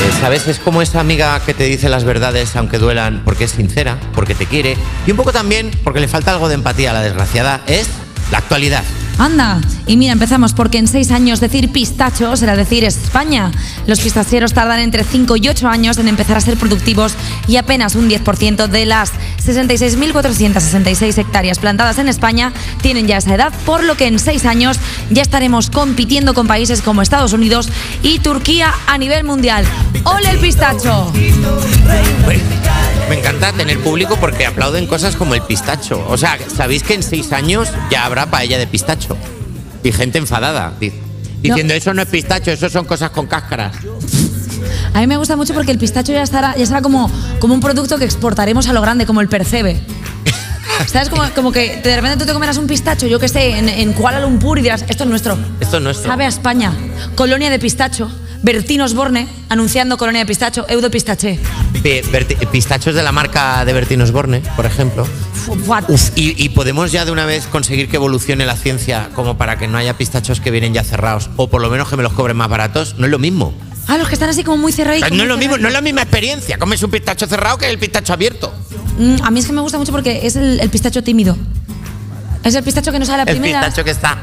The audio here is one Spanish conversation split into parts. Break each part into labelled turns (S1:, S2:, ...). S1: Eh, ¿Sabes? Es como esa amiga que te dice las verdades aunque duelan porque es sincera, porque te quiere y un poco también porque le falta algo de empatía a la desgraciada. Es la actualidad.
S2: Anda, y mira, empezamos porque en seis años decir pistachos era decir España. Los pistacheros tardan entre 5 y 8 años en empezar a ser productivos y apenas un 10% de las 66.466 hectáreas plantadas en España tienen ya esa edad, por lo que en seis años ya estaremos compitiendo con países como Estados Unidos y Turquía a nivel mundial. ¡Ole el pistacho!
S1: Bueno, Me encanta tener público porque aplauden cosas como el pistacho. O sea, ¿sabéis que en seis años ya habrá paella de pistacho? Y gente enfadada, di- diciendo eso no es pistacho, eso son cosas con cáscaras.
S2: A mí me gusta mucho porque el pistacho ya estará, ya será como, como un producto que exportaremos a lo grande, como el percebe. ¿Sabes? Como, como que de repente tú te comerás un pistacho, yo que sé, en, en Kuala Lumpur y dirás, esto es nuestro.
S1: Esto no es nuestro.
S2: Sabe a España. Colonia de pistacho. Bertín Osborne anunciando colonia de pistacho, Eudo Pistache.
S1: Pe- Berti- Pistachos de la marca de Bertín Osborne, por ejemplo.
S2: Fu- fuat.
S1: Uf, y, y podemos ya de una vez conseguir que evolucione la ciencia como para que no haya pistachos que vienen ya cerrados o por lo menos que me los cobren más baratos. No es lo mismo.
S2: Ah, los que están así como muy cerrados.
S1: O sea, Ah, no es lo mismo, no es la misma experiencia. Comes un pistacho cerrado que el pistacho abierto.
S2: Mm, a mí es que me gusta mucho porque es el, el pistacho tímido. Es el pistacho que no sale a la
S1: El
S2: primera.
S1: pistacho que está.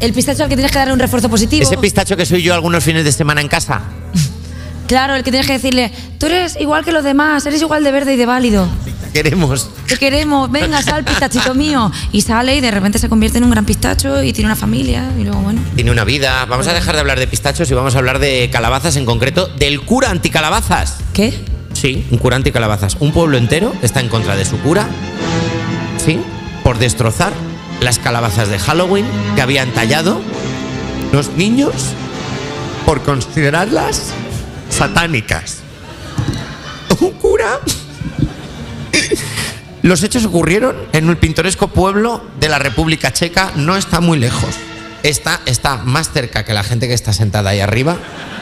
S2: El pistacho al que tienes que darle un refuerzo positivo.
S1: Ese pistacho que soy yo algunos fines de semana en casa.
S2: Claro, el que tienes que decirle, tú eres igual que los demás, eres igual de verde y de válido.
S1: Queremos.
S2: Te queremos, venga, sal, pistachito mío. Y sale y de repente se convierte en un gran pistacho y tiene una familia y luego, bueno.
S1: Tiene una vida. Vamos a dejar de hablar de pistachos y vamos a hablar de calabazas en concreto, del cura anticalabazas.
S2: ¿Qué?
S1: Sí, un cura anticalabazas. Un pueblo entero está en contra de su cura, sí, por destrozar las calabazas de Halloween que habían tallado los niños por considerarlas satánicas. Un cura. Los hechos ocurrieron en un pintoresco pueblo de la República Checa, no está muy lejos. Esta está más cerca que la gente que está sentada ahí arriba.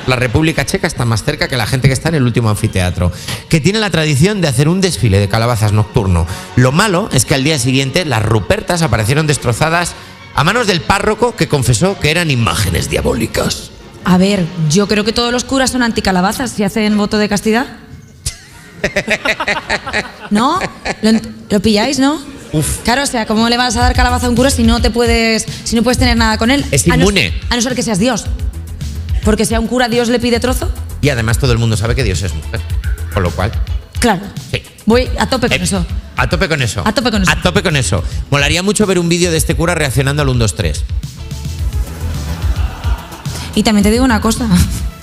S1: La República Checa está más cerca que la gente que está en el último anfiteatro, que tiene la tradición de hacer un desfile de calabazas nocturno. Lo malo es que al día siguiente las rupertas aparecieron destrozadas a manos del párroco que confesó que eran imágenes diabólicas.
S2: A ver, yo creo que todos los curas son anticalabazas si hacen voto de castidad. ¿No? ¿Lo, ent- lo pilláis, no?
S1: Uf.
S2: Claro, o sea, ¿cómo le vas a dar calabaza a un cura si no te puedes, si no puedes tener nada con él?
S1: Es
S2: A no-
S1: inmune.
S2: a no ser que seas Dios. Porque si a un cura Dios le pide trozo,
S1: Y además todo el mundo sabe que Dios es mujer. Con lo cual,
S2: claro.
S1: Sí.
S2: Voy a tope con
S1: Eh,
S2: eso.
S1: A tope con eso.
S2: A tope con eso.
S1: A tope con eso. Molaría mucho ver un vídeo de este cura reaccionando al 1, 2, 3.
S2: Y también te digo una cosa.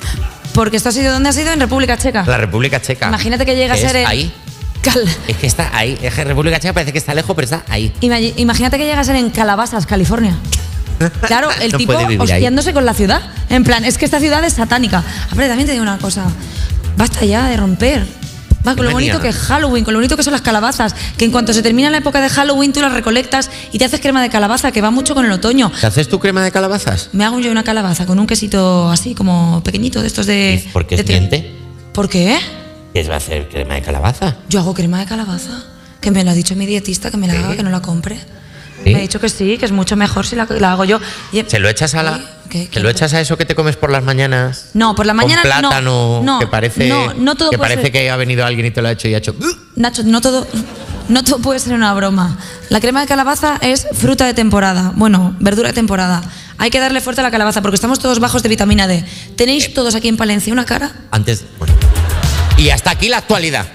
S2: Porque esto ha sido donde ha sido en República Checa.
S1: La República Checa.
S2: Ah. Imagínate que llega a
S1: es
S2: ser en-
S1: ahí.
S2: Cal-
S1: Es que está ahí. Es que República Checa parece que está lejos, pero está ahí.
S2: Ima- Imagínate que llega a ser en Calabasas, California. Claro, el
S1: No
S2: tipo
S1: puede vivir ahí.
S2: hostiándose con la ciudad. En plan, es que esta ciudad es satánica. Hombre, también te digo una cosa. Basta ya de romper. Va,
S1: Qué
S2: con lo
S1: manía.
S2: bonito que es Halloween, con lo bonito que son las calabazas, que en cuanto se termina la época de Halloween tú las recolectas y te haces crema de calabaza, que va mucho con el otoño.
S1: ¿Te haces tu crema de calabazas?
S2: Me hago yo una calabaza con un quesito así, como pequeñito, de estos de...
S1: ¿Y por qué
S2: de
S1: es
S2: tri-
S1: diente?
S2: ¿Por qué?
S1: ¿Qué va a hacer crema de calabaza?
S2: Yo hago crema de calabaza. Que me lo ha dicho mi dietista, que me la haga, que no la compre.
S1: Sí.
S2: Me ha dicho que sí, que es mucho mejor si la, la hago yo. Y-
S1: ¿Se lo echas a la.
S2: Sí, que-
S1: ¿Se lo
S2: que-
S1: echas a eso que te comes por las mañanas?
S2: No, por la mañana
S1: Con
S2: no,
S1: plátano,
S2: no,
S1: que parece.
S2: no, no todo
S1: que
S2: puede
S1: parece
S2: ser.
S1: que ha venido alguien y te lo ha hecho y ha hecho. "Uh".
S2: Nacho, no todo, no todo puede ser una broma. La crema de calabaza es fruta de temporada. Bueno, verdura de temporada. Hay que darle fuerte a la calabaza porque estamos todos bajos de vitamina D.
S1: Eh.
S2: ¿Tenéis todos aquí en Palencia una cara?
S1: Antes. bueno. Y hasta aquí la actualidad.